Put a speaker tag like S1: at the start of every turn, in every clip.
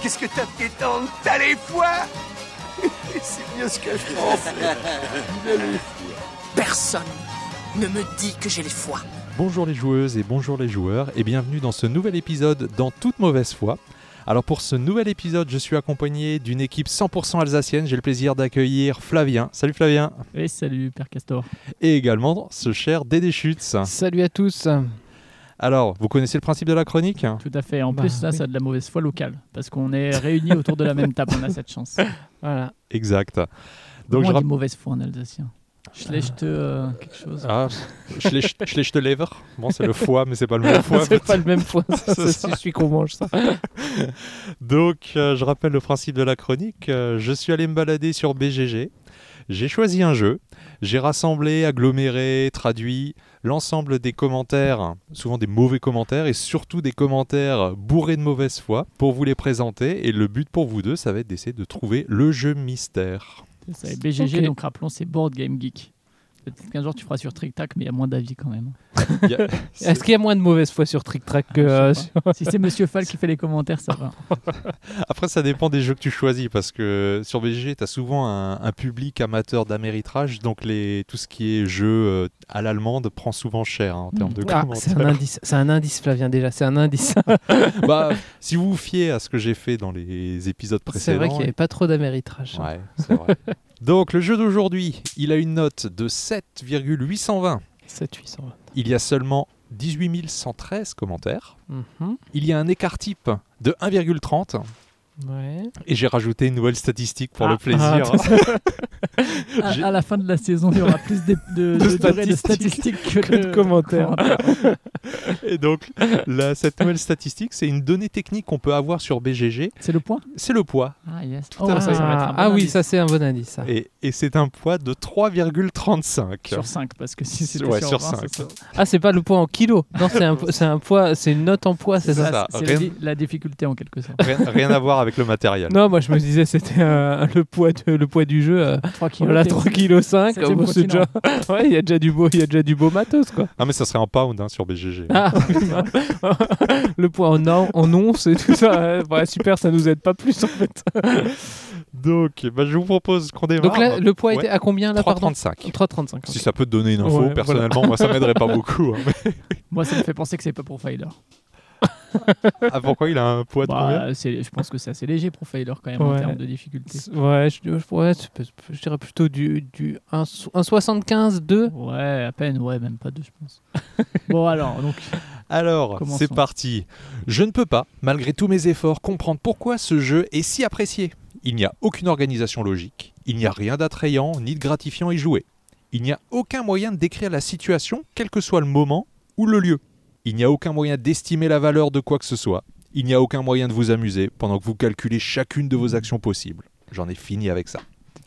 S1: Qu'est-ce que t'as de pétanque T'as les foies C'est mieux ce que je pensais.
S2: Personne ne me dit que j'ai les foies.
S3: Bonjour les joueuses et bonjour les joueurs et bienvenue dans ce nouvel épisode dans toute mauvaise foi. Alors pour ce nouvel épisode, je suis accompagné d'une équipe 100% alsacienne. J'ai le plaisir d'accueillir Flavien. Salut Flavien.
S4: Oui, salut Père Castor.
S3: Et également ce cher Dédé Schutz.
S5: Salut à tous.
S3: Alors, vous connaissez le principe de la chronique
S4: Tout à fait. En
S5: Bah,
S4: plus, là,
S5: oui.
S4: ça a de la mauvaise foi locale parce qu'on est réunis autour de la même table. On a cette chance.
S5: Voilà.
S3: Exact.
S4: Donc,
S3: je
S4: on dit
S3: rappelle-
S4: mauvaise foi en alsacien. Schlechte euh, quelque chose.
S3: Ah, schlech- schlechte lever. Bon, c'est le foie, mais c'est pas le mot foie.
S5: c'est pas le même point. Ça,
S3: C'est
S5: c'est
S3: ça.
S5: celui qu'on mange, ça.
S3: Donc, euh, je rappelle le principe de la chronique. Euh, je suis allé me balader sur BGG. J'ai choisi un jeu. J'ai rassemblé, aggloméré, traduit l'ensemble des commentaires, souvent des mauvais commentaires, et surtout des commentaires bourrés de mauvaise foi, pour vous les présenter. Et le but pour vous deux, ça va être d'essayer de trouver le jeu mystère.
S4: C'est ça. Et BGG,
S5: Ok.
S4: donc rappelons, c'est Board Game Geek. Peut-être qu'un jour tu feras sur Trick Tac, mais il y a moins d'avis quand même.
S3: Il y a-
S5: Est-ce qu'il y a moins de mauvaise foi sur Trick Track que euh,
S4: Ah, Je sais pas. si c'est Monsieur Fall qui fait les commentaires, ça va.
S3: Après, ça dépend des jeux que tu choisis, parce que sur BGG, tu as souvent un, un public amateur d'améritrage, donc les, tout ce qui est jeu euh, à l'allemande prend souvent cher hein, en termes de
S5: Ah, c'est
S3: commentaires.
S5: un indice, c'est un indice, Flavien déjà, c'est un indice.
S3: bah, si vous vous fiez à ce que j'ai fait dans les épisodes
S5: c'est
S3: précédents. hein.
S5: vrai qu'il n'y avait pas trop d'améritrage. hein.
S3: Ouais, c'est vrai. Donc, le jeu d'aujourd'hui, il a une note de 7,820.
S5: 7 800.
S3: Il y a seulement 18 113 commentaires.
S5: Mhm.
S3: Il y a un écart type de 1,30.
S5: Ouais.
S3: Et j'ai rajouté une nouvelle statistique pour
S4: Ah,
S3: le plaisir.
S4: À,
S3: J'ai-
S4: Ah, à la fin de la saison, il y aura plus d'ép- de, de, durée de
S5: statistiques
S4: statistiques que,
S5: que de commentaires.
S3: Et donc, là, cette nouvelle statistique, c'est une donnée technique qu'on peut avoir sur BGG.
S4: C'est le point
S3: C'est le poids.
S4: Ah, yes.
S3: à
S4: ouais,
S3: fait.
S4: ça va être un
S5: ah
S4: bon
S5: ah oui,
S4: indice.
S5: ça c'est un bon indice. ça.
S3: Et, et c'est un poids de 3,35.
S4: Sur 5, parce que si c'était
S3: Ouais,
S4: sur,
S3: sur
S4: 20,
S3: cinq.
S4: ça- ça-
S5: Ah, c'est pas le poids en kilos. Non, c'est un, po- c'est un poids, c'est une note en poids, c'est ça.
S3: ça.
S4: C'est
S3: Rien-
S4: la, di- la difficulté en quelque sorte.
S3: Rien, rien à voir avec le matériel.
S5: Non, moi je me disais c'était euh, le poids de- le poids du jeu. euh,
S4: 3 kilos.
S5: voilà,
S4: t'es-
S5: 3 kg 5,
S4: C'était
S5: bon, c'est déjà...
S4: continent.
S5: Ouais, il y a déjà du beau, il y a déjà du beau matos quoi.
S3: Ah, mais ça serait en pound hein, sur BGG.
S5: Ah, le poids en, on en once et tout ça. ouais. Ouais, super, ça nous aide pas plus en fait.
S3: Donc, bah, je vous propose qu'on démarre.
S5: Donc là, le poids
S3: Ouais.
S5: était à combien là, pardon
S3: 3,35.
S5: 3,35.
S3: Si
S5: ok.
S3: ça peut te donner une info,
S5: Ouais,
S3: personnellement, moi, ça m'aiderait pas beaucoup. hein.
S4: Moi, ça me fait penser que c'est pas Profiler.
S3: Ah, pourquoi il a un poids de combien
S4: Bah, c'est- je pense que c'est assez léger Profiler quand même en
S5: Ouais.
S4: termes de difficulté.
S5: Ouais, je, je- ouais, c'est peut- je dirais plutôt du, du 1,75, 2.
S4: Ouais, à peine, ouais, même pas deux, je pense. bon, alors, donc,
S3: Alors,
S4: Commençons.
S3: c'est parti. Je ne peux pas, malgré tous mes efforts, comprendre pourquoi ce jeu est si apprécié. Il n'y a aucune organisation logique, il n'y a rien d'attrayant ni de gratifiant à y jouer. Il n'y a aucun moyen de décrire la situation, quel que soit le moment ou le lieu. Il n'y a aucun moyen d'estimer la valeur de quoi que ce soit. Il n'y a aucun moyen de vous amuser pendant que vous calculez chacune de vos actions possibles. J'en ai fini avec ça.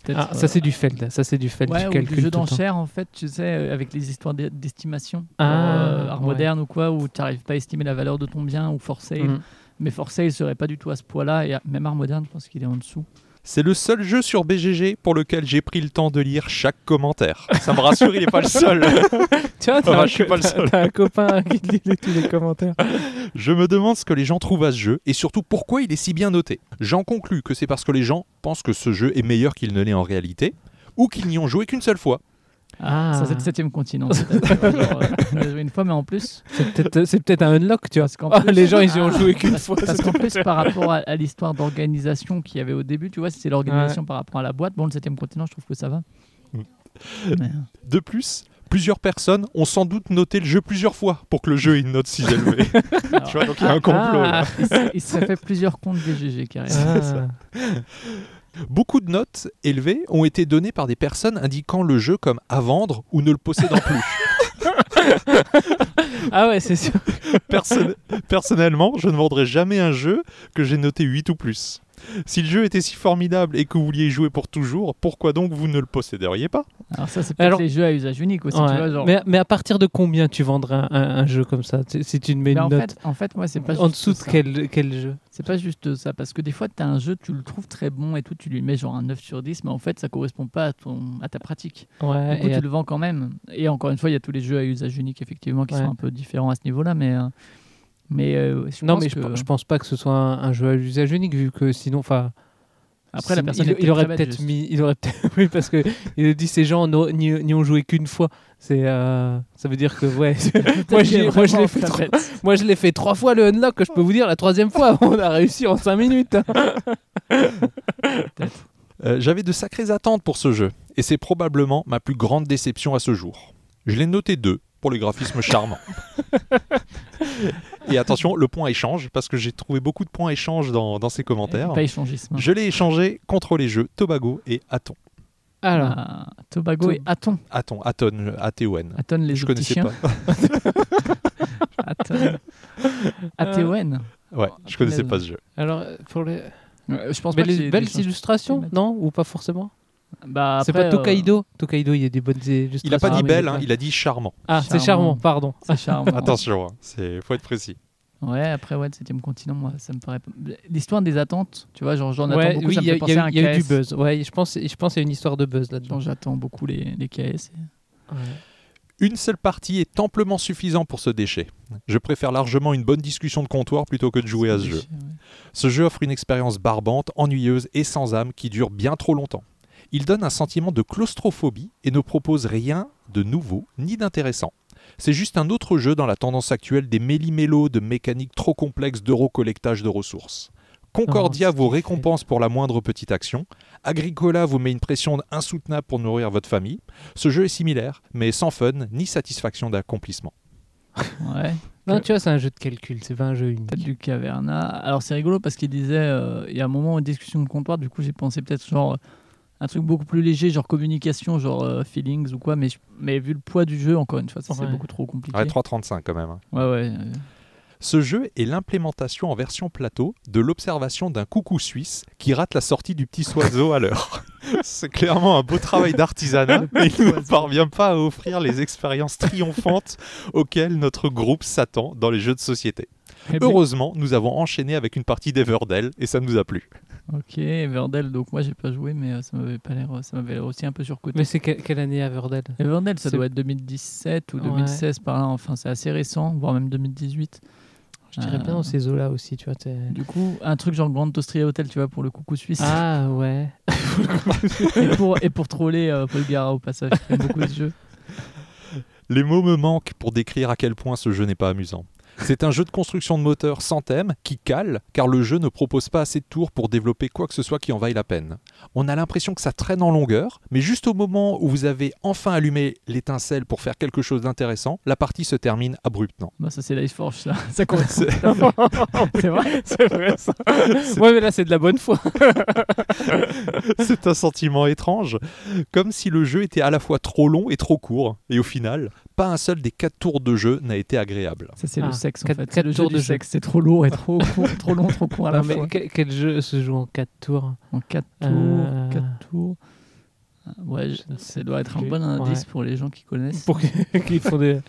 S4: peut-être.
S5: Ah,
S4: euh,
S5: ça c'est du Feld, ça c'est du Feld,
S4: Ouais,
S5: tu
S4: ou
S5: calcules
S4: du jeu
S5: tout le temps.
S4: d'enchères, en fait, tu sais, euh, avec les histoires d'e- d'estimation. pour,
S5: Ah,
S4: euh, art
S5: ouais.
S4: moderne ou quoi, où tu n'arrives pas à estimer la valeur de ton bien ou for sale.
S5: Mhm.
S4: Mais for sale serait pas du tout à ce poids-là. Et à- même art moderne, je pense qu'il est en dessous.
S3: C'est le seul jeu sur BGG pour lequel j'ai pris le temps de lire chaque commentaire. Ça me rassure, il n'est pas le seul.
S5: Tiens,
S3: Ah
S5: t'as
S3: bah,
S5: un,
S3: je suis pas le
S5: t'as-
S3: seul.
S5: t'as un copain qui te lit tous les commentaires.
S3: Je me demande ce que les gens trouvent à ce jeu et surtout pourquoi il est si bien noté. J'en conclus que c'est parce que les gens pensent que ce jeu est meilleur qu'il ne l'est en réalité ou qu'ils n'y ont joué qu'une seule fois.
S5: Ah.
S4: Ça, c'est le septième continent. peut-être. Genre, euh, on a joué une fois, mais en plus.
S5: C'est peut-être c'est peut-être un unlock, tu vois.
S4: Parce qu'en
S5: Ah,
S4: plus-
S5: les gens, ils y ont joué qu'une
S4: Parce,
S5: fois.
S4: parce qu'en plus, par rapport à, à l'histoire d'organisation qu'il y avait au début, tu vois, c'est l'organisation par rapport à la boîte. Bon, le septième continent, je trouve que ça va.
S3: Mm.
S4: Mais,
S3: De plus, plusieurs personnes ont sans doute noté le jeu plusieurs fois pour que le jeu ait une note si élevée.
S4: alors,
S3: tu vois, donc il y a un complot. là.
S5: Ah.
S4: il s- il s'est fait plusieurs comptes BGG carrément.
S5: Ah.
S3: Beaucoup de notes élevées ont été données par des personnes indiquant le jeu comme à vendre ou ne le possédant plus.
S5: Ah ouais, c'est sûr.
S3: Perso- Personnellement, je ne vendrai jamais un jeu que j'ai noté 8 ou plus. Si le jeu était si formidable et que vous vouliez y jouer pour toujours, pourquoi donc vous ne le posséderiez pas
S4: Alors ça, c'est peut-être
S5: Alors-
S4: les jeux à usage unique aussi,
S5: Ouais.
S4: tu vois, genre.
S5: mais, mais à partir de combien tu vendrais un, un- un jeu comme ça Tu- Si tu mets
S4: Mais
S5: une
S4: en,
S5: note
S4: fait, en fait, moi, c'est pas
S5: en
S4: juste
S5: dessous de
S4: ça.
S5: quel, quel jeu
S4: C'est pas juste ça, parce que des fois, tu as un jeu, tu le trouves très bon et tout, tu lui mets genre un 9 sur 10, mais en fait, ça correspond pas à, ton, à ta pratique.
S5: Ouais,
S4: du coup,
S5: et
S4: tu le vends quand même. Et encore une fois, il y a tous les jeux à usage unique, effectivement, qui
S5: Ouais.
S4: sont un peu différents à ce niveau-là, mais... euh, Mais euh, je
S5: Non,
S4: pense
S5: mais je,
S4: que-
S5: pe- je pense pas que ce soit un, un jeu à usage unique, vu que sinon, enfin.
S4: Après, la
S5: si-
S4: personne
S5: il,
S4: est
S5: il aurait
S4: très bête,
S5: peut-être
S4: juste.
S5: mis. Il aurait peut-être. oui, parce que il a dit ces gens n'ont- n'y n'y ont joué qu'une fois. C'est. euh, ça veut dire que, ouais. moi, je l'ai- moi, je l'ai fait
S4: Vraiment
S5: trois-
S4: très bête.
S5: moi, je l'ai fait trois fois le unlock. Je peux vous dire, la troisième fois, on a réussi en cinq minutes. hein.
S3: Euh, J'avais de sacrées attentes pour ce jeu, et c'est probablement ma plus grande déception à ce jour. Je l'ai noté 2 pour les graphismes charmants. et attention, le point échange, parce que j'ai trouvé beaucoup de points échange dans, dans ces commentaires.
S4: Pas échangisme. hein.
S3: Je l'ai échangé contre les jeux Tobago et Aton.
S5: Alors.
S4: Ah, Tobago
S5: To-
S4: et Aton.
S3: Aton, Aton, A-T-O-N.
S4: Aton les
S3: Je connaissais
S4: opticiens.
S3: pas.
S4: Aton. Aton.
S3: Ouais,
S5: Aton,
S3: je connaissais pas
S5: les-
S3: ce jeu.
S5: Alors, euh, pour les.
S4: Euh, Je pense pas
S5: Belles,
S4: que c'est
S5: belles
S4: des choses-
S5: illustrations,
S4: thématiques.
S5: non Ou pas forcément
S4: Bah,
S5: C'est
S4: après,
S5: pas
S4: euh,
S5: Tokaido. Tokaido, il y a des bonnes illustrations.
S3: Il a pas
S4: Ah,
S3: dit
S4: mais
S3: belle,
S4: j'ai
S3: hein,
S4: pas.
S3: il a dit charmant.
S5: Ah, c'est
S4: Charmant.
S5: charmant, pardon.
S4: C'est charmant.
S3: Attention, hein, c'est faut être précis.
S4: Ouais, après, ouais, le septième continent, moi, ça me paraît. pas- L'histoire des attentes, tu vois, genre, j'en
S5: Ouais,
S4: attends beaucoup,
S5: oui,
S4: ça
S5: il
S4: me
S5: y a,
S4: fait
S5: il y a
S4: penser
S5: eu-
S4: à un
S5: il y a eu du
S4: KS.
S5: buzz. Ouais, je pense, je pense qu'il y a une histoire de buzz là-dedans.
S4: Genre, j'attends beaucoup les, les KS.
S3: Une seule partie est amplement suffisant pour ce déchet. Je préfère largement une bonne discussion de comptoir plutôt que de jouer à ce jeu. Ce jeu offre une expérience barbante, ennuyeuse et sans âme qui dure bien trop longtemps. Il donne un sentiment de claustrophobie et ne propose rien de nouveau ni d'intéressant. C'est juste un autre jeu dans la tendance actuelle des méli-mélos de mécaniques trop complexes d'eurocollectage de ressources. Concordia
S5: Non, c'est
S3: vous
S5: Oh, ce qu'il
S3: récompense pour la moindre petite action. Agricola vous met une pression insoutenable pour nourrir votre famille. Ce jeu est similaire, mais sans fun ni satisfaction d'accomplissement.
S4: Ouais.
S5: Non, tu vois, c'est un jeu de calcul, c'est pas un jeu
S4: Peut-être
S5: unique.
S4: du Caverna. Alors c'est rigolo parce qu'il disait, euh, il y a un moment en discussion de comptoir, du coup j'ai pensé peut-être genre euh, un truc beaucoup plus léger, genre communication, genre euh, feelings ou quoi, mais, je- mais vu le poids du jeu, encore une fois, ça, c'est
S5: Ouais.
S4: beaucoup trop compliqué.
S3: Ouais, 3.35 quand même. hein.
S4: Ouais, ouais. euh,
S3: Ce jeu est l'implémentation en version plateau de l'observation d'un coucou suisse qui rate la sortie du petit oiseau à l'heure. C'est clairement un beau travail d'artisanat, mais il ne parvient pas à offrir les expériences triomphantes auxquelles notre groupe s'attend dans les jeux de société.
S4: eh ben,
S3: Heureusement, nous avons enchaîné avec une partie d'Everdell et ça nous a plu.
S4: Ok, Everdell, donc moi j'ai pas joué, mais euh, ça m'avait pas l'air, ça m'avait l'air aussi un peu surcoté.
S5: Mais c'est que- quelle année Averdale
S4: Everdell, ça
S5: c'est-
S4: doit être 2017 ou
S5: Ouais.
S4: 2016 par là, enfin c'est assez récent, voire même 2018.
S5: Je dirais
S4: Euh,
S5: bien dans ces eaux-là aussi, tu vois. t'es-
S4: Du coup, un truc genre Grand Austria Hotel, tu vois, pour le coucou suisse.
S5: Ah ouais.
S4: et, pour, et pour troller euh, Paul Gara au passage, qui aime beaucoup ce jeu.
S3: Les mots me manquent pour décrire à quel point ce jeu n'est pas amusant. C'est un jeu de construction de moteur sans thème qui cale car le jeu ne propose pas assez de tours pour développer quoi que ce soit qui en vaille la peine. On a l'impression que ça traîne en longueur, mais juste au moment où vous avez enfin allumé l'étincelle pour faire quelque chose d'intéressant, la partie se termine abruptement.
S4: Bah, ça, c'est Lifeforge, ça. Ça correspond.
S3: C'est-
S4: C'est vrai
S5: c'est vrai ça. ouais, mais là, c'est de la bonne foi.
S3: C'est un sentiment étrange, comme si le jeu était à la fois trop long et trop court, et au final, pas un seul des quatre tours de jeu n'a été agréable.
S4: Ça, c'est
S5: Ah,
S4: le sexe, en
S5: quatre-
S4: fait. C'est
S5: quatre
S4: le
S5: tours
S4: jeu
S5: de
S4: du
S5: jeu.
S4: sexe. C'est trop lourd et trop court, trop long, trop court à la
S5: Non, mais
S4: fois.
S5: que- quel jeu se joue en 4 tours
S4: En 4 tours,
S5: Euh,
S4: quatre tours. Ouais, je-
S5: je ne
S4: ça
S5: sais
S4: doit être un
S5: plus.
S4: bon indice
S5: Ouais.
S4: pour les gens qui connaissent.
S5: Pour que- qu'ils font des. euh,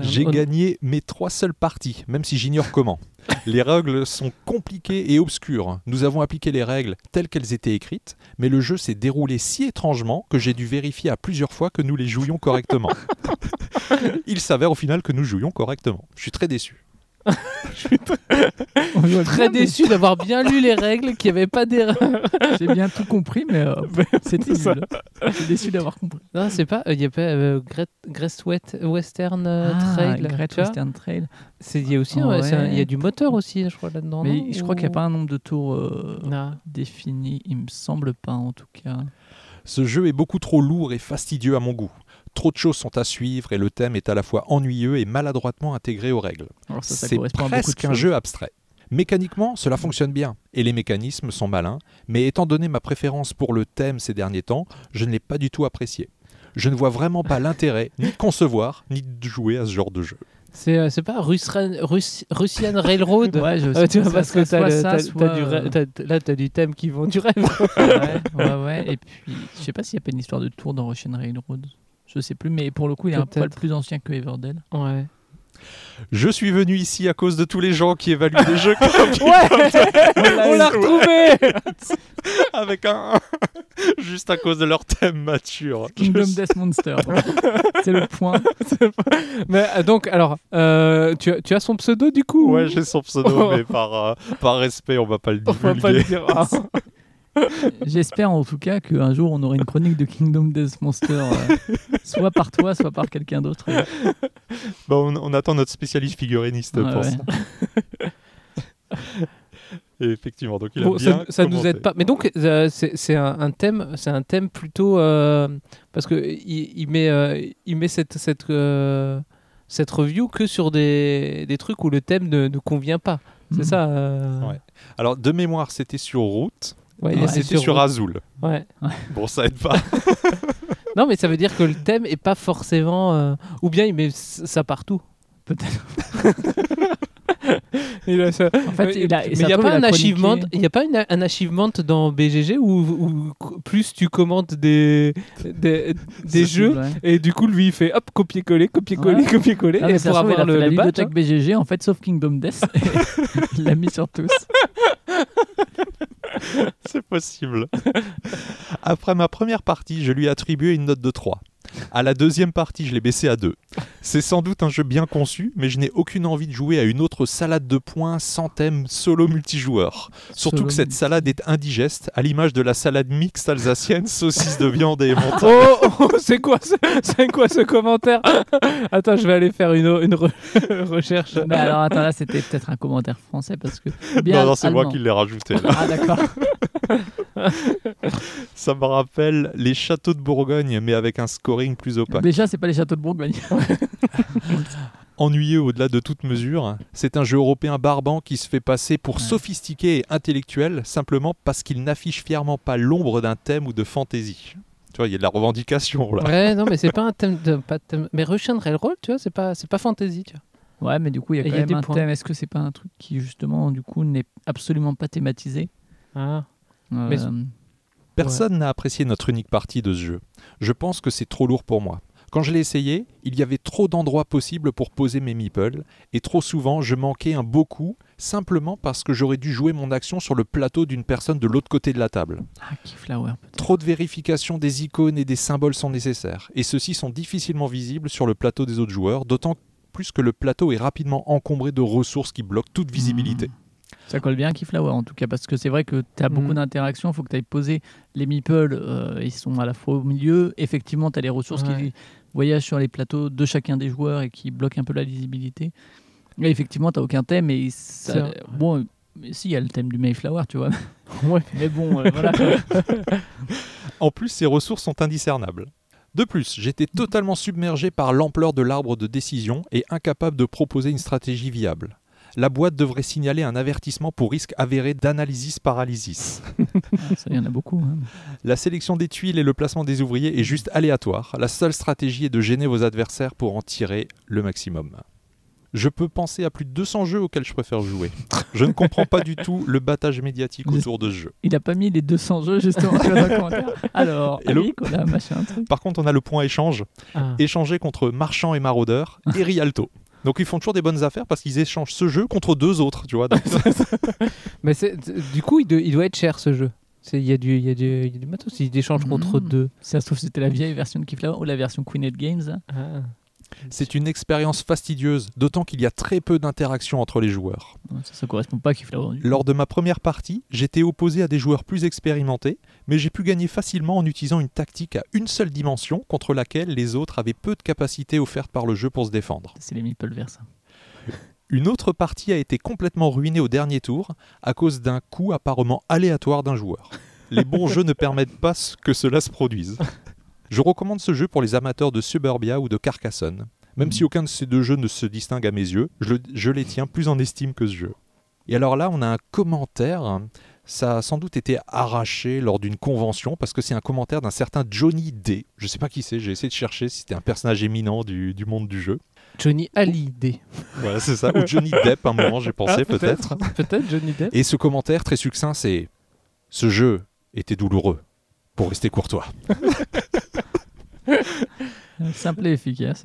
S3: J'ai
S5: gagné
S3: gagné mes trois seules parties, même si j'ignore comment. les règles sont compliquées et obscures. Nous avons appliqué les règles telles qu'elles étaient écrites, mais le jeu s'est déroulé si étrangement que j'ai dû vérifier à plusieurs fois que nous les jouions correctement. Il s'avère au final que nous jouions correctement. Je suis très déçu.
S4: On joue à
S5: très
S4: bien, mais
S5: déçu d'avoir bien lu les règles, qu'il n'y avait pas d'erreur.
S4: J'ai bien tout compris, mais euh, c'était nul. Je suis déçu d'avoir compris.
S5: Non, c'est pas. Il n'y a pas euh, Great, Great Wet- Western euh, Trail.
S4: Ah, Great
S5: tu vois Ah,
S4: Western Trail.
S5: C'est- Il y a aussi. un-
S4: Ouais.
S5: c'est un- Il y a du moteur aussi, je crois, là-dedans.
S4: Mais
S5: non
S4: je crois qu'il n'y a pas un nombre de tours euh,
S5: Non.
S4: défini. Il me semble pas, en tout cas.
S3: Ce jeu est beaucoup trop lourd et fastidieux à mon goût. Trop de choses sont à suivre et le thème est à la fois ennuyeux et maladroitement intégré aux règles.
S4: Alors ça, ça
S3: c'est
S4: correspond à beaucoup de
S3: presque un
S4: choses.
S3: jeu abstrait. Mécaniquement, cela fonctionne bien et les mécanismes sont malins, mais étant donné ma préférence pour le thème ces derniers temps, je ne l'ai pas du tout apprécié. Je ne vois vraiment pas l'intérêt ni de concevoir ni de jouer à ce genre de jeu.
S5: C'est euh, c'est pas Russian, Russ- Russian Railroad
S4: Ouais, je
S5: Euh, tu vois,
S4: ça-
S5: parce que
S4: ça-
S5: t'as
S4: soit
S5: le-
S4: ça,
S5: t'as-
S4: soit,
S5: t'as du
S4: euh,
S5: ra- t'as- là, t'as du thème qui vend du rêve.
S4: ouais, ouais, ouais. Et puis, je sais pas s'il n'y a pas une histoire de tour dans Russian Railroad. Je sais plus, mais pour le coup, il est un
S5: Peut-être.
S4: poil plus ancien que Everdell.
S5: Ouais.
S3: Je suis venu ici à cause de tous les gens qui évaluent les jeux comme-
S5: Ouais On l'a
S3: l'a
S5: retrouvé
S3: avec un juste à cause de leur thème mature. Je
S4: Kingdom
S3: sais-
S4: Death Monster. c'est le point.
S5: Mais euh, donc, alors, euh, tu, as, tu as son pseudo du coup
S3: Ouais, j'ai son pseudo, mais par, euh, par respect, on va pas le
S5: On va pas le
S3: divulguer.
S5: dire. Ah.
S4: J'espère en tout cas qu'un jour on aura une chronique de Kingdom Death Monster, euh, soit par toi, soit par quelqu'un d'autre.
S3: Bon, Bah, on, on attend notre spécialiste figuriniste
S4: Ouais,
S3: pour
S4: ouais.
S3: ça. Et effectivement, donc il a
S5: Bon,
S3: bien
S5: ça, ça nous
S3: commenté.
S5: aide pas. Mais donc, euh, c'est c'est un, un thème, c'est un thème plutôt euh, parce que il, il met, euh, il met cette cette euh, cette review que sur des, des trucs où le thème ne, ne convient pas. C'est
S4: Mm.
S5: ça. euh,
S3: Ouais. Alors, de mémoire, c'était sur route
S5: Ouais,
S3: et
S5: il est
S3: c'était sur, Azul.
S5: Ouais.
S3: Bon, ça aide pas.
S5: Non, mais ça veut dire que le thème est pas forcément. euh, Ou bien il met s- ça partout.
S4: Peut-être.
S5: Il a ça.
S4: En fait,
S5: Mais-
S4: il a.
S5: mais
S4: ça
S5: il n'y a
S4: trouve,
S5: pas
S4: il
S5: un
S4: chroniqué-
S5: achievement, il y a pas une- un achievement dans BGG où, où co- plus tu commandes des des, des
S4: C'est
S5: jeux
S4: possible, ouais.
S5: et du coup lui il fait hop copier-coller, copier-coller,
S4: Ouais.
S5: copier-coller
S4: Ah, mais
S5: et
S4: ça
S5: pour
S4: se trouve, il a
S5: avoir
S4: fait
S5: le,
S4: la
S5: le badge.
S4: bibliothèque BGG, en fait, sauf Kingdom Death, il l'a mis sur tous.
S3: C'est possible. Après ma première partie, je lui ai attribué une note de 3. À la deuxième partie, je l'ai baissé à 2. C'est sans doute un jeu bien conçu, mais je n'ai aucune envie de jouer à une autre salade de points sans thème solo multijoueur. Surtout
S4: Solo
S3: que cette
S4: multi-
S3: salade est indigeste, à l'image de la salade mixte alsacienne, saucisse de viande et
S5: hein.
S3: menthe.
S5: Oh, oh, c'est quoi ce, c'est quoi ce commentaire Attends, je vais aller faire une, o- une re- recherche.
S4: Mais alors, attends, là, c'était peut-être un commentaire français parce que. Bien
S3: Non, non, c'est moi
S4: allemand.
S3: qui l'ai rajouté. là.
S4: Ah, d'accord.
S3: Ça me rappelle les châteaux de Bourgogne, mais avec un scoring plus opaque.
S4: Déjà, c'est pas les châteaux de Bourgogne.
S3: Ennuyeux au-delà de toute mesure, c'est un jeu européen barbant qui se fait passer pour
S4: Ouais.
S3: sophistiqué et intellectuel simplement parce qu'il n'affiche fièrement pas l'ombre d'un thème ou de fantaisie. Tu vois, il y a de la revendication là.
S5: Ouais, non, mais c'est pas un thème de. Pas de thème- Mais Russian Railroad, tu vois, c'est pas, c'est pas fantasy, tu vois.
S4: Ouais, mais du coup, il y a
S5: Et
S4: quand
S5: il y a des
S4: même un
S5: points.
S4: thème. Est-ce que c'est pas un truc qui, justement, du coup, n'est absolument pas thématisé
S5: Ah.
S4: Euh,
S5: Mais-
S3: Personne n'a apprécié notre unique partie de ce jeu. Je pense que c'est trop lourd pour moi. Quand je l'ai essayé, il y avait trop d'endroits possibles pour poser mes meeples, et trop souvent je manquais un beaucoup simplement parce que j'aurais dû jouer mon action sur le plateau d'une personne de l'autre côté de la table.
S4: Ah, Keyflower, peut-être.
S3: Trop de vérifications des icônes et des symboles sont nécessaires, et ceux-ci sont difficilement visibles sur le plateau des autres joueurs, d'autant plus que le plateau est rapidement encombré de ressources qui bloquent toute visibilité.
S4: Ça colle bien à Keyflower, en tout cas, parce que c'est vrai que tu as beaucoup
S5: Mhm.
S4: d'interactions. Il faut que tu ailles poser les meeples. euh, ils sont à la fois au milieu. Effectivement, tu as les ressources
S5: Ouais.
S4: qui voyagent sur les plateaux de chacun des joueurs et qui bloquent un peu la lisibilité. Et effectivement, tu aucun thème. Et ça-
S5: C'est vrai.
S4: bon, mais si, il y a le thème du Mayflower, tu vois.
S5: Ouais.
S4: Mais bon, euh, voilà.
S3: En plus, ces ressources sont indiscernables. De plus, j'étais totalement submergé par l'ampleur de l'arbre de décision et incapable de proposer une stratégie viable. La boîte devrait signaler un avertissement pour risque avéré d'analysis paralysis.
S4: Ça, il y en a beaucoup. hein.
S3: La sélection des tuiles et le placement des ouvriers est juste aléatoire. La seule stratégie est de gêner vos adversaires pour en tirer le maximum. Je peux penser à plus de 200 jeux auxquels je préfère jouer. Je ne comprends pas du tout le battage médiatique autour de ce jeu.
S4: Il a pas mis les 200 jeux, justement, tu vois, dans le commentaire. Alors,
S3: Hello.
S4: Nicolas, machin, truc.
S3: Par contre, on a le point échange,
S5: Ah.
S3: échangé contre Marchand et Maraudeur et Rialto. Donc ils font toujours des bonnes affaires parce qu'ils échangent ce jeu contre deux autres, tu vois. Donc,
S5: Mais c'est- du coup, il, de- il doit être cher ce jeu. C'est- Il y, a du- il y, a du- il y a du matos, il échange contre
S4: Mhm.
S5: deux.
S4: Ça se trouve, c'était la vieille version de Keyflower ou la version Queenette Games. là.
S3: c'est une expérience fastidieuse, d'autant qu'il y a très peu d'interactions entre les joueurs.
S4: Non, Ça, ça correspond pas à Keyflower. du coup.
S3: Lors de ma première partie, j'étais opposé à des joueurs plus expérimentés, mais j'ai pu gagner facilement en utilisant une tactique à une seule dimension contre laquelle les autres avaient peu de capacités offertes par le jeu pour se défendre.
S4: C'est les Meeple Verts. ça.
S3: Une autre partie a été complètement ruinée au dernier tour à cause d'un coup apparemment aléatoire d'un joueur. Les bons jeux ne permettent pas ce- que cela se produise. Je recommande ce jeu pour les amateurs de Suburbia ou de Carcassonne. Même si aucun de ces deux jeux ne se distingue à mes yeux, je, le- je les tiens plus en estime que ce jeu. Et alors là, on a un commentaire. Ça a sans doute été arraché lors d'une convention parce que c'est un commentaire d'un certain Johnny D. Je sais pas qui c'est, j'ai essayé de chercher si c'était un personnage éminent du- du monde du jeu.
S5: Johnny Hallyday.
S3: Voilà, c'est ça. Ou Johnny Depp, à un moment, j'ai pensé,
S5: Ah,
S3: peut-être.
S5: Peut-être Johnny Depp.
S3: Et ce commentaire très succinct, c'est Ce jeu était douloureux, pour rester courtois.
S4: Euh, Simple et efficace.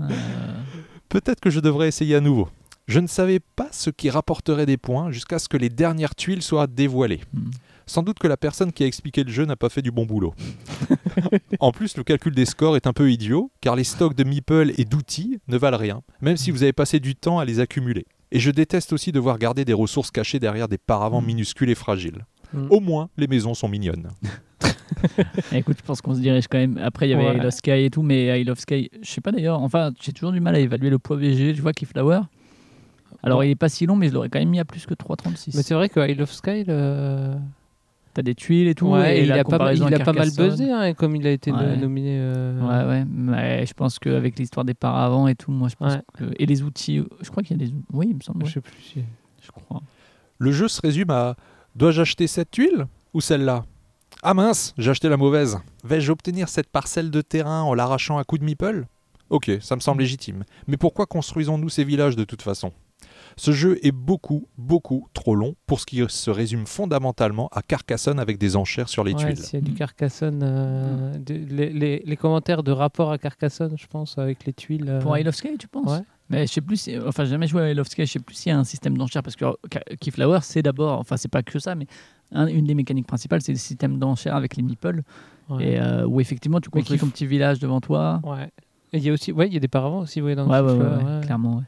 S4: Euh,
S3: Peut-être que je devrais essayer à nouveau. Je ne savais pas ce qui rapporterait des points jusqu'à ce que les dernières tuiles soient dévoilées.
S4: Hmm.
S3: Sans doute que la personne qui a expliqué le jeu n'a pas fait du bon boulot. en plus, le calcul des scores est un peu idiot, car les stocks de meeple et d'outils ne valent rien, même si vous avez passé du temps à les accumuler. Et je déteste aussi devoir garder des ressources cachées derrière des paravents
S4: Hmm.
S3: minuscules et fragiles.
S5: Hmm.
S3: Au moins, les maisons sont mignonnes.
S4: Eh, Écoute, je pense qu'on se dirige quand même. Après, il y avait
S5: Ouais.
S4: I Love Sky et tout, mais I Love Sky, je sais pas d'ailleurs. Enfin, j'ai toujours du mal à évaluer le poids VG. Je vois Keyflower. Alors, il est pas si long, mais je l'aurais quand même mis à plus que
S5: Mais
S4: 3,36.
S5: c'est vrai que I Love Sky, le-
S4: T'as des tuiles et tout.
S5: Ouais,
S4: et
S5: euh, il,
S4: la
S5: a pas, mal-
S4: comparaison
S5: il a
S4: avec
S5: pas mal
S4: Carcassonne.
S5: buzzé, hein, comme il a été no-
S4: Ouais.
S5: nominé. euh,
S4: Ouais, ouais, mais je pense qu'avec l'histoire des paravents et tout, moi je pense
S5: Ouais.
S4: que- Et les outils, je crois qu'il y a des outils. Oui, il me semble, ouais,
S5: Je sais plus. si-
S4: je crois.
S3: Le jeu se résume à Dois-je acheter cette tuile ou celle-là Ah mince, j'ai acheté la mauvaise. Vais-je obtenir cette parcelle de terrain en l'arrachant à coups de meeple Ok, ça me semble légitime. Mais pourquoi construisons-nous ces villages de toute façon Ce jeu est beaucoup, beaucoup trop long pour ce qui se résume fondamentalement à Carcassonne avec des enchères sur les
S5: Ouais,
S3: tuiles.
S5: s'il y a
S4: Mm.
S5: du Carcassonne, euh, de- les, les- les commentaires de rapport à Carcassonne, je pense, avec les tuiles. euh,
S4: Pour I Love Sky, tu penses
S5: Ouais.
S4: Mais je sais plus, si- enfin, j'ai jamais joué à I Love Sky, je sais plus s'il y a un système d'enchères, parce que euh, Ca- Keyflower, c'est d'abord, enfin, c'est pas que ça, mais un- une des mécaniques principales, c'est le système d'enchères avec les meeples,
S5: ouais.
S4: et, euh, où effectivement tu
S5: Mais
S4: construis
S5: Keyf-
S4: ton petit village devant toi.
S5: Ouais. Et Il y a aussi, ouais, il y a des paravents aussi, ouais, dans
S4: Ouais, ouais,
S5: le
S4: ouais,
S5: souffleur,
S4: ouais,
S5: ouais.
S4: clairement. ouais.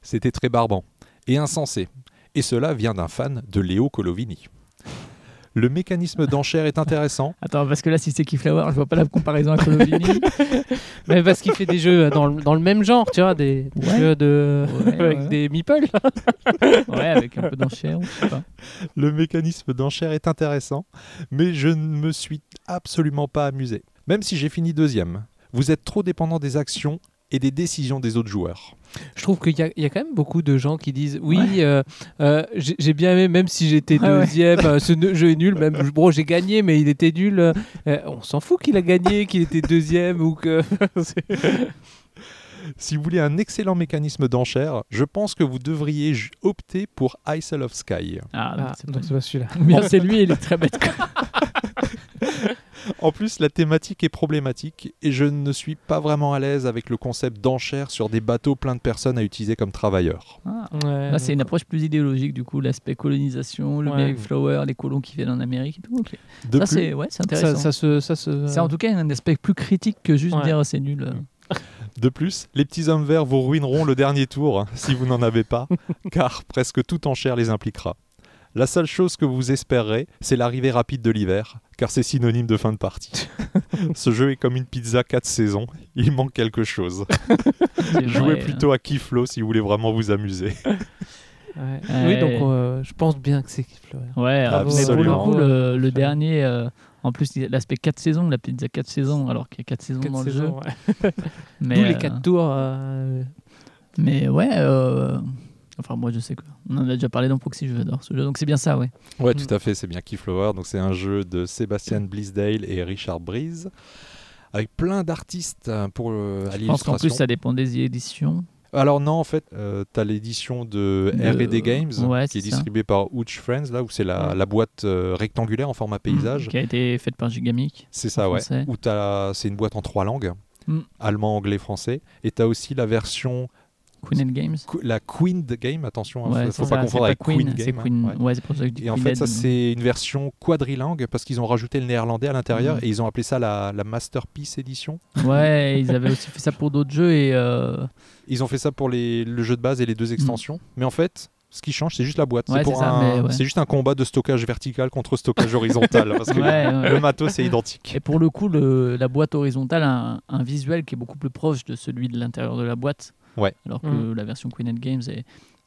S3: C'était très barbant et insensé. Et cela vient d'un fan de Léo Colovini. Le mécanisme d'enchères est intéressant.
S4: Attends, parce que là, si c'est Keyflower, je vois pas la comparaison avec Colovini.
S5: Mais parce qu'il fait des jeux euh, dans le, dans le même genre, tu vois, des
S4: Ouais.
S5: jeux de
S4: Ouais, ouais.
S5: avec des meeples.
S4: ouais, avec un peu d'enchères, ou je sais pas.
S3: Le mécanisme d'enchère est intéressant, mais je ne me suis absolument pas amusé. Même si j'ai fini deuxième, vous êtes trop dépendant des actions et des décisions des autres joueurs.
S5: Je trouve qu'il y, a- il y a quand même beaucoup de gens qui disent oui, euh, euh, j'ai j'ai bien aimé, même si j'étais
S4: Ouais, ouais.
S5: deuxième, euh, ce ne- jeu est nul. Même bon, j'ai gagné, mais il était nul. euh, euh, on s'en fout qu'il a gagné, qu'il était deuxième ou que.
S4: Ah,
S5: C'est-
S3: Si vous voulez un excellent mécanisme d'enchère, je pense que vous devriez ju- opter pour Isle of Sky.
S4: Ah, non,
S5: Ah,
S4: c'est pas
S5: donc c'est pas celui-là.
S4: Bien, c'est lui, il est très bête. quoi.
S3: En plus, la thématique est problématique et je ne suis pas vraiment à l'aise avec le concept d'enchère sur des bateaux pleins de personnes à utiliser comme travailleurs.
S4: Ah.
S5: Ouais,
S4: Là, c'est une
S5: donc,
S4: approche plus idéologique, du coup, l'aspect colonisation, le
S5: Euh, Ouais.
S4: Mayflower, les colons qui viennent en Amérique et tout. ok.
S3: De plus,
S4: Ça, c'est ouais, c'est
S5: ça,
S4: intéressant.
S5: ça se, ça se-
S4: C'est en tout cas un aspect plus critique que juste
S5: Ouais.
S4: dire oh, c'est nul. euh.
S3: De plus, les petits hommes verts vous ruineront le dernier tour hein, si vous n'en avez pas, car presque tout enchère les impliquera. La seule chose que vous espérerez, c'est l'arrivée rapide de l'hiver, car c'est synonyme de fin de partie. Ce jeu est comme une pizza 4 saisons, il manque quelque chose.
S4: C'est
S3: Jouez
S4: vrai,
S3: plutôt à Kiflo si vous voulez vraiment vous amuser.
S5: Ouais.
S4: Ouais.
S5: Oui, donc euh, je pense bien que c'est Keyflower.
S4: hein. Ouais,
S3: Ah,
S4: mais pour le
S3: absolument.
S4: coup, le, le
S5: Ouais.
S4: dernier, euh, en plus, il y a l'aspect 4 saisons, la pizza 4 saisons, alors qu'il y a 4 saisons
S5: Quatre
S4: dans le
S5: saisons,
S4: jeu.
S5: ouais.
S4: Mais,
S5: D'où
S4: euh,
S5: les quatre tours. euh,
S4: mais ouais, euh, enfin, moi, je sais quoi. On en a déjà parlé dans Proxy, j'adore ce jeu, donc c'est bien ça, ouais.
S3: Ouais,
S5: Mm.
S3: tout à fait, c'est bien Keyflower. Donc, c'est un jeu de Sébastien Blisdale et Richard Breeze, avec plein d'artistes euh, pour euh, à
S4: Je pense qu'en plus,
S3: l'illustration.
S4: ça dépend des éditions.
S3: Alors non, en fait, tu as l'édition de
S4: De-
S3: R&D Games
S4: Ouais,
S3: qui est
S4: c'est ça.
S3: distribuée par Hooch Friends, là où c'est la,
S5: Ouais.
S3: la boîte euh, rectangulaire en format paysage.
S4: Qui a été faite par Gigamic.
S3: C'est ça, ouais.
S4: Mm, Français.
S3: Où t'as- c'est une boîte en trois langues,
S4: Mm.
S3: allemand, anglais, français. Et tu as aussi la version,
S4: Queen and Games.
S3: qu- la Queen de Game, attention, hein,
S4: Ouais,
S3: faut-
S4: c'est
S3: faut
S4: ça,
S3: pas confondre
S4: c'est
S3: avec Queen,
S4: c'est
S3: Game. hein,
S4: Queen.
S3: ouais.
S4: Ouais, c'est pour ça que je dis
S3: Et en
S4: Queen
S3: fait,
S4: Ed,
S3: ça,
S4: mais-
S3: c'est une version quadrilangue parce qu'ils ont rajouté le néerlandais à l'intérieur
S4: Mm.
S3: et ils ont appelé ça la, la Masterpiece Edition.
S4: Ouais, ils avaient aussi fait ça pour d'autres jeux et. euh,
S3: Ils ont fait ça pour les- le jeu de base et les deux extensions. Mais en fait, ce qui change, c'est juste la boîte.
S4: Mm. Ouais,
S3: c'est pour
S4: c'est ça,
S3: un-
S4: mais ouais.
S3: c'est juste un combat de stockage vertical contre stockage horizontal. parce que
S4: Ouais, ouais.
S3: le matos, c'est identique.
S4: Et pour le coup, le- la boîte horizontale a un, un visuel qui est beaucoup plus proche de celui de l'intérieur de la boîte.
S3: Ouais.
S4: Alors que
S5: Mm.
S4: la version Queen and Games est,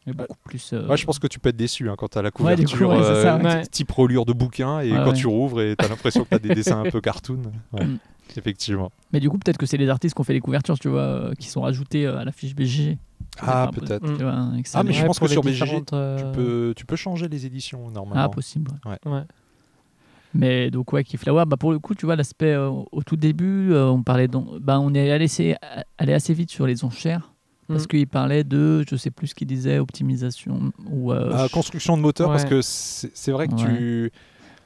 S4: est beaucoup plus. euh,
S3: Ouais, je pense que tu peux être déçu hein, quand t'as la
S4: Ouais, du
S3: couverture
S4: coup, ouais, c'est ça,
S3: euh,
S5: ouais.
S3: type relure de bouquin et
S4: Ouais,
S3: quand
S4: ouais.
S3: tu rouvres et t'as l'impression que t'as des dessins un peu cartoon. Ouais,
S4: Mm.
S3: Effectivement.
S4: Mais du coup, peut-être que c'est les artistes qui ont fait les couvertures, tu vois, euh, qui sont rajoutés euh, à la fiche BG.
S3: Ah,
S4: pas
S3: peut-être.
S5: Mm.
S4: Tu vois, hein, et que ça
S3: Ah, mais
S4: les-
S3: je pense
S5: pour
S3: que
S5: les
S3: sur BGG,
S5: différentes,
S3: Tu
S5: euh,
S3: peux, tu peux changer les éditions
S4: Ah,
S3: normalement.
S4: possible. ouais.
S5: ouais.
S4: Mais donc, ouais, Keyflower, bah, pour le coup, tu vois, l'aspect euh, au tout début, euh, on parlait. d'en- bah, on est allé, c'est- allé assez vite sur les enchères. Parce
S5: Mm.
S4: qu'il parlait de, je sais plus ce qu'il disait, optimisation ou euh,
S3: Bah, Euh, construction de moteur, parce
S5: Ouais.
S3: que c'est c'est vrai que
S4: Ouais.
S3: tu.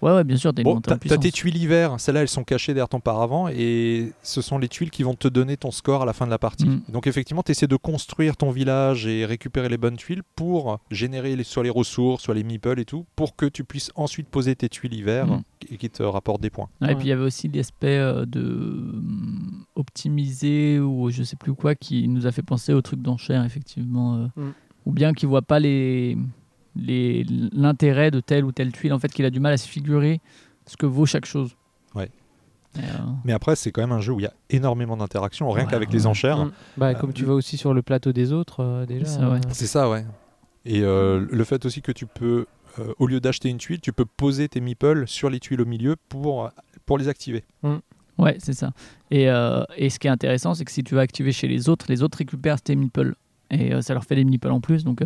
S4: Ouais, ouais, bien sûr, t'as une
S3: Bon,
S4: montée
S3: t'as
S4: en
S3: t'as
S4: puissance.
S3: tes tuiles hiver, celles-là elles sont cachées derrière ton paravent et ce sont les tuiles qui vont te donner ton score à la fin de la partie.
S4: Mm.
S3: Donc effectivement, tu essaies de construire ton village et récupérer les bonnes tuiles pour générer les- soit les ressources, soit les meeples et tout, pour que tu puisses ensuite poser tes tuiles hiver
S4: Mm.
S3: et qui te rapportent des points.
S4: Ouais,
S5: Ouais.
S4: Et puis il y avait aussi l'aspect euh, de hum, optimiser ou je sais plus quoi qui nous a fait penser au truc d'enchère effectivement, euh,
S5: Mm.
S4: ou bien qui voit pas les les- l'intérêt de telle ou telle tuile en fait qu'il a du mal à se figurer ce que vaut chaque chose.
S3: Ouais.
S4: Et, euh,
S3: Mais après, c'est quand même un jeu où il y a énormément d'interactions, rien
S4: Ouais,
S3: qu'avec
S4: ouais.
S3: les enchères.
S5: Mm. Bah,
S3: Euh,
S5: comme tu vas aussi sur le plateau des autres, euh, déjà.
S4: Ça, ouais.
S3: C'est ça, ouais. Et euh, le fait aussi que tu peux, euh, au lieu d'acheter une tuile, tu peux poser tes meeples sur les tuiles au milieu pour, pour les activer.
S4: Ouais, c'est ça. Et, euh, et ce qui est intéressant, c'est que si tu vas activer chez les autres, les autres récupèrent tes meeples. Et euh, ça leur fait des meeples en plus. Donc euh,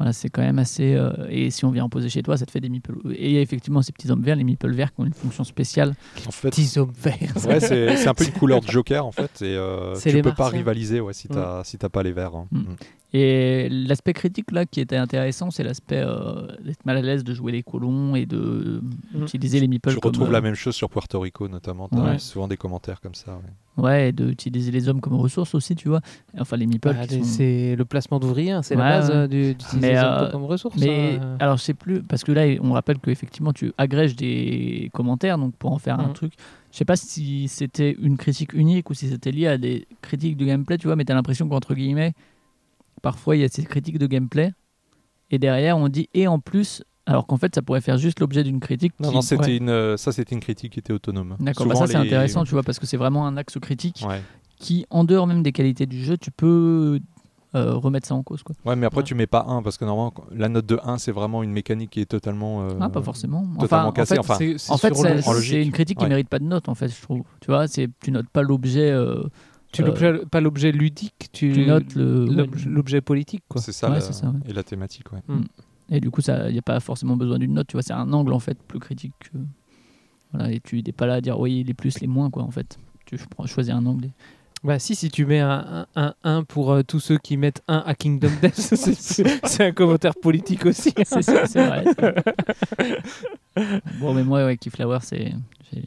S4: voilà, c'est quand même assez. euh, et si on vient en poser chez toi, ça te fait des meeples. Et il y a effectivement ces petits hommes verts, les meeples verts, qui ont une fonction spéciale.
S3: En fait,
S5: Petits hommes verts.
S3: Ouais, c'est c'est un peu une couleur de Joker en fait. Et euh,
S5: C'est
S3: tu
S5: les
S3: peux pas
S5: Martiens.
S3: rivaliser ouais, si t'as si t'as pas les verts. hein.
S4: Mm.
S3: Mm.
S4: Et l'aspect critique là qui était intéressant, c'est l'aspect euh, d'être mal à l'aise de jouer les colons et de euh,
S5: Mm.
S4: utiliser les meeples.
S3: Tu retrouves
S4: comme, euh,
S3: la même chose sur Puerto Rico notamment. T'as
S4: Ouais.
S3: souvent des commentaires comme ça. ouais.
S4: euh, Ouais, et d'utiliser les hommes comme ressources aussi, tu vois. Enfin, les meeples.
S5: Bah,
S4: qui
S5: les-
S4: sont-
S5: C'est le placement d'ouvriers, hein, c'est
S4: Ouais,
S5: la base
S4: ouais.
S5: euh, du, d'utiliser
S4: Mais,
S5: les
S4: euh,
S5: impôts comme ressource.
S4: Mais
S5: hein.
S4: alors, je sais plus, parce que là, on rappelle qu'effectivement, tu agrèges des commentaires donc pour en faire un
S5: Mhm.
S4: truc. Je sais pas si c'était une critique unique ou si c'était lié à des critiques de gameplay, tu vois, mais t'as l'impression qu'entre guillemets, parfois il y a ces critiques de gameplay et derrière on dit et en plus, alors qu'en fait, ça pourrait faire juste l'objet d'une critique.
S3: Non,
S4: qui-
S3: non, c'était
S4: Ouais.
S3: une euh, ça c'était une critique qui était autonome.
S4: D'accord, bah
S3: Souvent,
S4: ça c'est
S3: les-
S4: intéressant, tu vois, parce que c'est vraiment un axe critique
S3: Ouais.
S4: qui, en dehors même des qualités du jeu, tu peux euh, remettre ça en cause, quoi.
S3: ouais, mais après
S5: Ouais.
S3: tu mets pas 1 parce que normalement la note de 1 c'est vraiment une mécanique qui est totalement. euh,
S4: Ah, pas forcément.
S3: totalement
S4: en
S3: cassé,
S4: fait,
S3: enfin,
S5: C'est- c'est
S4: En fait,
S5: sur
S4: ça-
S5: le-
S3: en
S4: c'est
S3: logique.
S4: une critique qui
S3: Ouais.
S4: mérite pas de note, en fait, je trouve. Tu vois, c'est tu notes pas l'objet, euh,
S5: tu
S4: euh,
S5: n'objet- pas l'objet ludique, tu,
S4: tu notes le.
S5: l'ob-
S4: ouais, le-
S5: l'objet politique. Quoi.
S3: C'est ça,
S4: Ouais,
S3: la-
S4: c'est ça, ouais.
S3: et la thématique. Ouais.
S4: Et du coup, il n'y a pas forcément besoin d'une note. Tu vois, c'est un angle en fait plus critique. Que... Voilà, et tu n'es pas là à dire oui, les plus, les moins, quoi, en fait. Tu ch- prends- choisis un angle.
S5: Bah si, si tu mets un 1 pour euh, tous ceux qui mettent 1 à Kingdom Death, c'est- c'est c'est un commentaire politique aussi.
S4: C'est c'est- c'est vrai. c'est vrai. bon, mais moi, ouais, Keyflower, c'est. j'ai-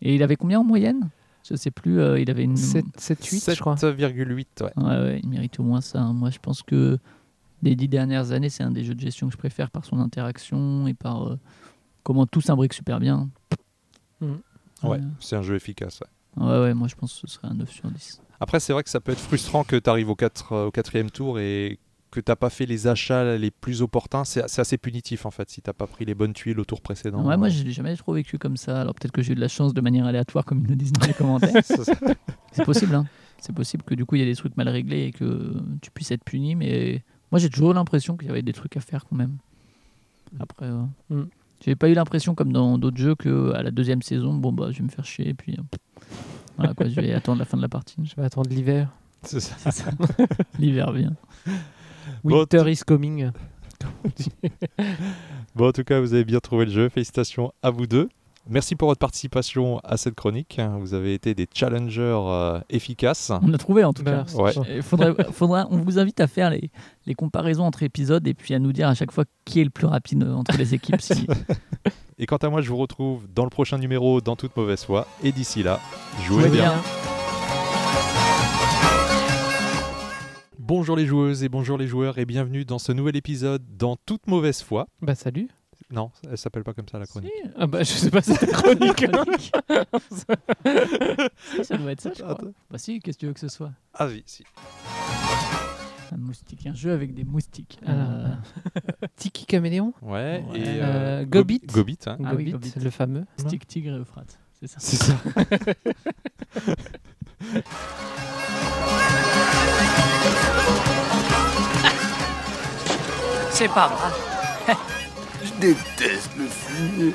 S4: Et il avait combien en moyenne Je sais plus. euh, il avait une.
S5: 7-8, je crois.
S3: 7,8, ouais.
S4: Ouais, ouais, il mérite au moins ça. hein. Moi, je pense que les dix dernières années, c'est un des jeux de gestion que je préfère par son interaction et par euh, comment tout s'imbrique super bien.
S3: Ouais,
S4: Ouais.
S3: C'est un jeu efficace. ouais.
S4: Ouais, ouais, moi, je pense que ce serait un 9 sur 10.
S3: Après, c'est vrai que ça peut être frustrant que tu arrives au, quatre- euh, au quatrième tour et que t'as pas fait les achats les plus opportuns. C'est c'est assez punitif en fait si t'as pas pris les bonnes tuiles au tour précédent.
S4: ouais, moi,
S3: Euh,
S4: je l'ai jamais trop vécu comme ça. Alors, peut-être que j'ai eu de la chance de manière aléatoire, comme ils le disent dans les commentaires.
S3: ça, ça-
S4: C'est possible, hein. C'est possible que du coup, il y a des trucs mal réglés et que tu puisses être puni, mais moi, j'ai toujours l'impression qu'il y avait des trucs à faire quand même. Après, euh,
S5: Mm.
S4: j'ai pas eu l'impression, comme dans d'autres jeux, que à la deuxième saison, bon, bah, je vais me faire chier et puis. euh, voilà, quoi, je vais attendre la fin de la partie.
S5: Je vais attendre l'hiver.
S3: c'est ça.
S4: C'est ça. L'hiver vient.
S3: Bon,
S5: Winter is coming.
S3: Bon, en tout cas, vous avez bien trouvé le jeu. Félicitations à vous deux. Merci pour votre participation à cette chronique. Vous avez été des challengers euh, efficaces.
S4: On a trouvé en tout
S5: Bah,
S4: cas.
S5: alors,
S3: Ouais.
S5: c'est-
S4: Et faudrait, faudra, on vous invite à faire les, les comparaisons entre épisodes et puis à nous dire à chaque fois qui est le plus rapide euh, entre les équipes. Si...
S3: Et quant à moi, je vous retrouve dans le prochain numéro dans toute mauvaise foi. Et d'ici là, jouez,
S4: Jouez
S3: bien.
S4: bien.
S3: Bonjour les joueuses et bonjour les joueurs et bienvenue dans ce nouvel épisode dans toute mauvaise foi.
S5: Bah salut.
S3: Non, elle s'appelle pas comme ça la chronique.
S5: Ah bah je sais pas, c'était chronique.
S4: Chronique. si, ça doit être ça, je crois.
S3: Attends.
S4: Bah si, qu'est-ce que tu veux que ce soit
S3: Ah oui, si.
S4: Un moustique, un jeu avec des moustiques.
S5: Ah.
S4: Euh,
S5: Tiki Caméléon.
S3: Ouais.
S4: Ouais.
S3: Et,
S5: Euh,
S3: Gob-
S5: Gobbit.
S3: Gobbit, hein.
S4: Ah oui,
S5: Gobbit,
S4: Gobbit.
S5: le fameux.
S4: Moustique, tigre et Euphrate. C'est ça.
S3: C'est ça.
S2: C'est pas vrai.
S1: Je déteste le fumier.